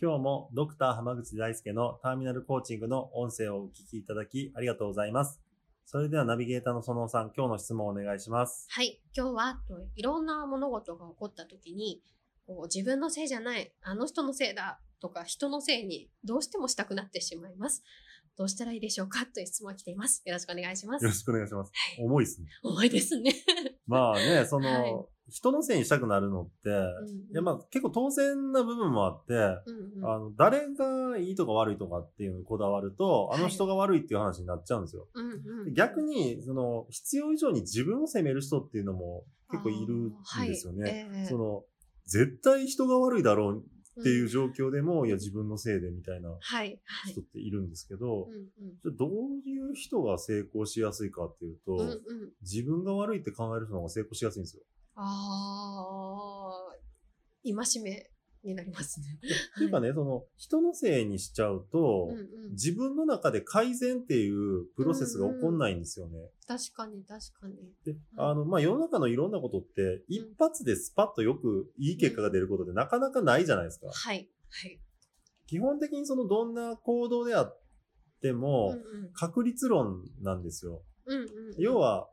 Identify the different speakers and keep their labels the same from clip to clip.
Speaker 1: 今日もドクター浜口大輔のターミナルコーチングの音声をお聞きいただきありがとうございます。それではナビゲーターのそのおさん、今日の質問をお願いします。
Speaker 2: はい。今日は、といろんな物事が起こった時に、こう自分のせいじゃない、あの人のせいだとか、人のせいにどうしてもしたくなってしまいます。どうしたらいいでしょうかという質問が来ています。よろしくお願いしま
Speaker 1: よろ
Speaker 2: す。
Speaker 1: しくお願いします。重いですね。
Speaker 2: 重いです ね。
Speaker 1: まあね、その、
Speaker 2: はい
Speaker 1: 人のせいにしたくなるのって、いやまあ結構当然な部分もあって、
Speaker 2: うんうん、
Speaker 1: あの、誰がいいとか悪いとかっていうのにこだわると、あの人が悪いっていう話になっちゃうんですよ。
Speaker 2: うんうん
Speaker 1: 逆に、その、必要以上に自分を責める人っていうのも結構いるんですよね。その、絶対人が悪いだろうっていう状況でも、いや、自分のせいでみたいな
Speaker 2: はい。はい
Speaker 1: 人っているんですけど、
Speaker 2: うんうん
Speaker 1: じゃあどういう人が成功しやすいかっていうと、
Speaker 2: うんうん
Speaker 1: 自分が悪いって考える人の方が成功しやすいんですよ。
Speaker 2: ああ、戒めになりますね。
Speaker 1: っていうかね、その、人のせいにしちゃうと、
Speaker 2: うんうん、
Speaker 1: 自分の中で改善っていうプロセスが起こんないんですよね。
Speaker 2: 確かに確かに。
Speaker 1: で、あの、まあ、世の中のいろんなことって、一発でスパッとよくいい結果が出ることってなかなかないじゃないですか。
Speaker 2: はい。はい。
Speaker 1: 基本的にそのどんな行動であっても、
Speaker 2: うんうん
Speaker 1: 確率論なんですよ。
Speaker 2: うんうん、
Speaker 1: 要は、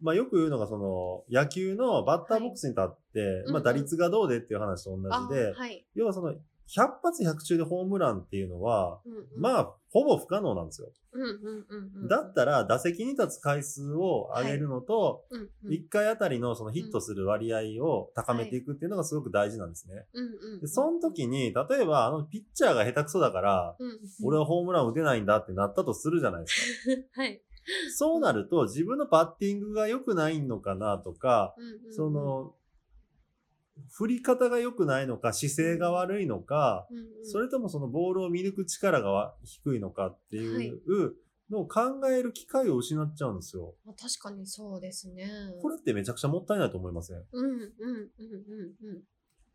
Speaker 1: まあよく言うのがその野球のバッターボックスに立って、
Speaker 2: うん
Speaker 1: ま
Speaker 2: う
Speaker 1: あ
Speaker 2: ん
Speaker 1: 打率がどうでっていう話と同
Speaker 2: あ
Speaker 1: じで、
Speaker 2: ーはい
Speaker 1: 要はその100発100中でホームランっていうのは、
Speaker 2: うんうん、
Speaker 1: まあほぼ不可能なんですよ。
Speaker 2: うんうんうんうんうん、
Speaker 1: だったら打席に立つ回数を上げるのと、
Speaker 2: うんうん
Speaker 1: 1回あたりのそのヒットする割合を高めていくっていうのがすごく大事なんですね。
Speaker 2: うんうんう
Speaker 1: で
Speaker 2: ん、
Speaker 1: その時に、例えばあのピッチャーが下手くそだから、
Speaker 2: うんうん、
Speaker 1: 俺はホームラン打てないんだってなったとするじゃないですか。
Speaker 2: はい、
Speaker 1: そうなると自分のバッティングが良くないのかなとか、
Speaker 2: うんうんうん
Speaker 1: そ、の、振り方が良くないのか、姿勢が悪いのか、
Speaker 2: うんうん、
Speaker 1: それともそのボールを見抜く力が低いのかっていうのを考える機会を失っちゃうんですよ。
Speaker 2: まあ、確かにそうですね。
Speaker 1: これってめちゃくちゃもったいないと思いません
Speaker 2: うんうんうんうんうん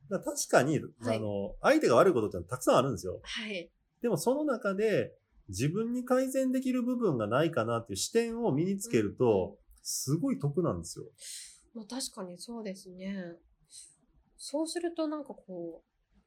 Speaker 1: だから確かに、
Speaker 2: はい
Speaker 1: あの、相手が悪いことってのはたくさんあるんですよ。
Speaker 2: はい
Speaker 1: でもその中で自分に改善できる部分がないかなっていう視点を身につけると、すごい得なんですよ。
Speaker 2: まあ、確かにそうですね。そうするとなんかこう、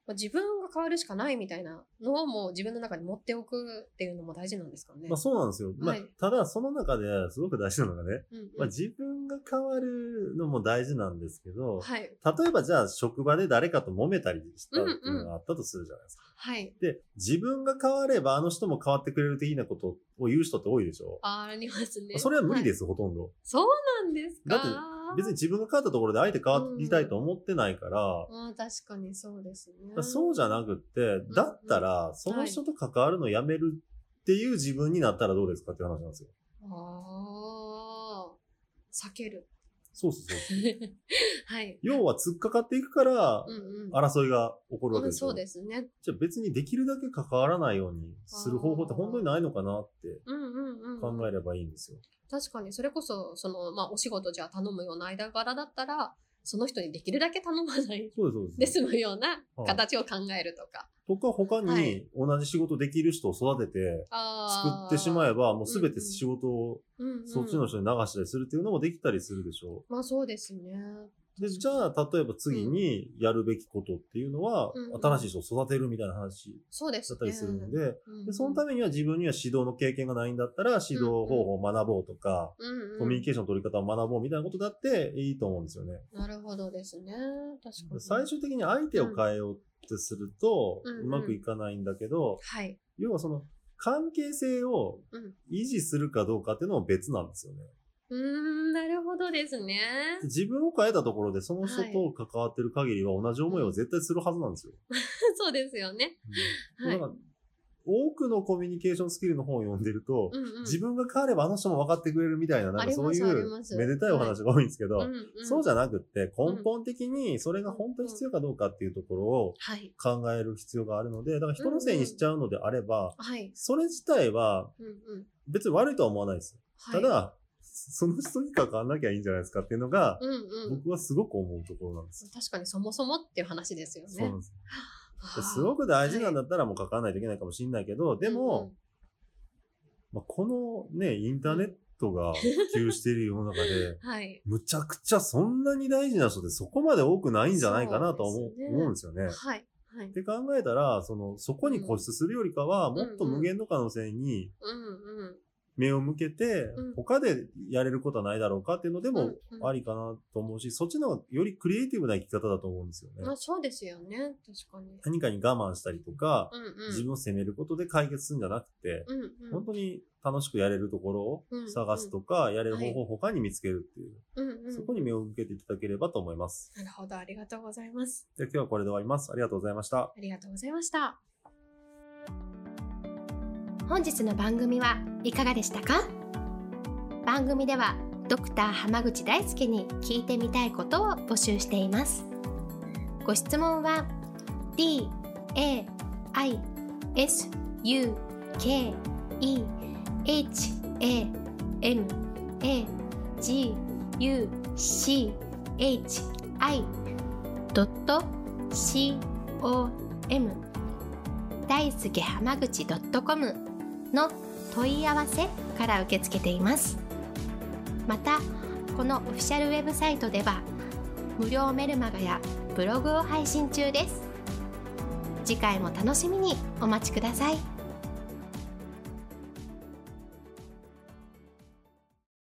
Speaker 2: まあ、自分が変わるしかないみたいなのをもう自分の中に持っておくっていうのも大事なんですかね。
Speaker 1: まあそうなんですよ。まあ
Speaker 2: はい、
Speaker 1: ただその中ですごく大事なのがね、
Speaker 2: うんうん
Speaker 1: まあ自分が変わるのも大事なんですけど、
Speaker 2: はい
Speaker 1: 例えばじゃあ職場で誰かと揉めたりしたっていうのがあったとするじゃないですか。
Speaker 2: はい。
Speaker 1: で、自分が変わればあの人も変わってくれる的なことを言う人って多いでしょ
Speaker 2: あーありますね。。
Speaker 1: それは無理ですす、ほとんど。
Speaker 2: そうなんです
Speaker 1: だ
Speaker 2: か。
Speaker 1: って別に自分が変わったところで相手変わりたいと思ってないから、
Speaker 2: まあ確かにそうですね。
Speaker 1: そうじゃなくって、だったら、その人と関わるのやめるっていう自分になったらどうですかっていう話なんですよ。
Speaker 2: ああ、避 ける。
Speaker 1: そうそうそう。
Speaker 2: はい。
Speaker 1: 要は突っかかっていくから
Speaker 2: う、んうん。
Speaker 1: 争いが起こるわけで
Speaker 2: うん
Speaker 1: すよ。
Speaker 2: そうですね。
Speaker 1: じゃあ別にできるだけ関わらないようにする方法って本当にないのかなって
Speaker 2: うんうんうん。
Speaker 1: 考えればいいんですよ。
Speaker 2: 確かに、それこそ、その、まあ、お仕事じゃあ頼むような間柄だったら、その人にできるだけ頼まない
Speaker 1: そうです、そう
Speaker 2: で
Speaker 1: です。
Speaker 2: 済むような
Speaker 1: はい
Speaker 2: 形を考えるとか。
Speaker 1: 僕は他
Speaker 2: は
Speaker 1: に
Speaker 2: い
Speaker 1: 同じ仕事できる人を育てて、
Speaker 2: ああ。
Speaker 1: 作ってしまえば、もうすべ
Speaker 2: うん
Speaker 1: て
Speaker 2: うん
Speaker 1: 仕事を
Speaker 2: うんうん
Speaker 1: そっちの人に流したりするっていうのもできたりするでしょ
Speaker 2: まあ、そうですね。
Speaker 1: う。で、じゃあ、例えば次にやるべきことっていうのは
Speaker 2: うんう、ん
Speaker 1: 新しい人を育てるみたいな話
Speaker 2: そうで
Speaker 1: だ
Speaker 2: す
Speaker 1: っ
Speaker 2: ね。
Speaker 1: たりするんで、
Speaker 2: うんうん、
Speaker 1: でそのためには自分には指導の経験がないんだったら、指導方法を学ぼうとか、
Speaker 2: うんうん
Speaker 1: コミュニケーションの取り方を学ぼうみたいなことだっていいと思うんですよね。
Speaker 2: なるほどですね。確かに。
Speaker 1: 最終的に相手を変えようってすると、
Speaker 2: うんうん
Speaker 1: うまくいかないんだけど、
Speaker 2: はい。
Speaker 1: 要はその関係性を
Speaker 2: うん
Speaker 1: 維持するかどうかっていうのも別なんですよね。
Speaker 2: うーん、なるほどですね。
Speaker 1: 自分を変えたところでその人と関わってる 限りは同じ思いを絶対するはずなんですよ。
Speaker 2: そうですよね。
Speaker 1: うん
Speaker 2: はい
Speaker 1: だから多くのコミュニケーションスキルの本を読んでると、
Speaker 2: うんうん
Speaker 1: 自分が変わればあの人も分かってくれるみたいな、なんかそうい
Speaker 2: ありま
Speaker 1: う
Speaker 2: すあります
Speaker 1: めでたいお話が多いんですけど、
Speaker 2: うんうん
Speaker 1: そうじゃなくって、根本的にそれが本当に必要かどうかっていうところを
Speaker 2: はい
Speaker 1: 考える必要があるので、だから人のせいにしちゃうのであれば、
Speaker 2: はい、
Speaker 1: それ自体は
Speaker 2: うんうん
Speaker 1: 別に悪いとは思わないです。
Speaker 2: は
Speaker 1: た
Speaker 2: い、
Speaker 1: だ、その人に関わんなきゃいいんじゃないですかっていうのが、
Speaker 2: うんうん、
Speaker 1: 僕はすごく思うところなんです。
Speaker 2: 確かにそもそもっていう話ですよ
Speaker 1: そう
Speaker 2: ね
Speaker 1: なん。です。
Speaker 2: はあ
Speaker 1: すごく大事なんだったらもう関わらないといけないかもしれないけど、でも、、まあ、このね、インターネットが普及している世の中で、
Speaker 2: うんうんはい、
Speaker 1: むちゃくちゃそんなに大事な人ってそこまで多くないんじゃないかなとは
Speaker 2: そ
Speaker 1: 思
Speaker 2: う
Speaker 1: う
Speaker 2: ですね
Speaker 1: 思うんですよね。
Speaker 2: はい、はい
Speaker 1: っ、て考えたら、その、そこに固執するよりかは、
Speaker 2: ん
Speaker 1: もっと無限の可能性に
Speaker 2: うんうん、
Speaker 1: 目を向けて
Speaker 2: うん、
Speaker 1: 他でやれることはないだろうかっていうのでも
Speaker 2: うんうん
Speaker 1: ありかなと思うし、そっちの方がよりクリエイティブな生き方だと思うんですよね
Speaker 2: まあ。そうですよね、確かに。
Speaker 1: 何かに我慢したりとか、
Speaker 2: うんうん、
Speaker 1: 自分を責めることで解決するんじゃなくて、
Speaker 2: うんうん
Speaker 1: 本当に楽しくやれるところ
Speaker 2: う
Speaker 1: を
Speaker 2: ん
Speaker 1: 探すとか、やれる
Speaker 2: は
Speaker 1: 方
Speaker 2: い
Speaker 1: 法を他に見つけるっていう、
Speaker 2: うんうん、
Speaker 1: そこに目を向けていただければと思います。
Speaker 2: なるほど、ありがとうございます。
Speaker 1: じゃあ今日はこれで終わります。ありがとうございました。
Speaker 2: ありがとうございました。
Speaker 3: 本日の番組はいかがでしたか番組ではドクター濱口大輔に聞いてみたいことを募集していますご質問は d a i s u k e h a m a g u c h i c o m 大輔濱口 .com の問い合わせから受け付けていますまたこのオフィシャルウェブサイトでは無料メルマガやブログを配信中です次回も楽しみにお待ちください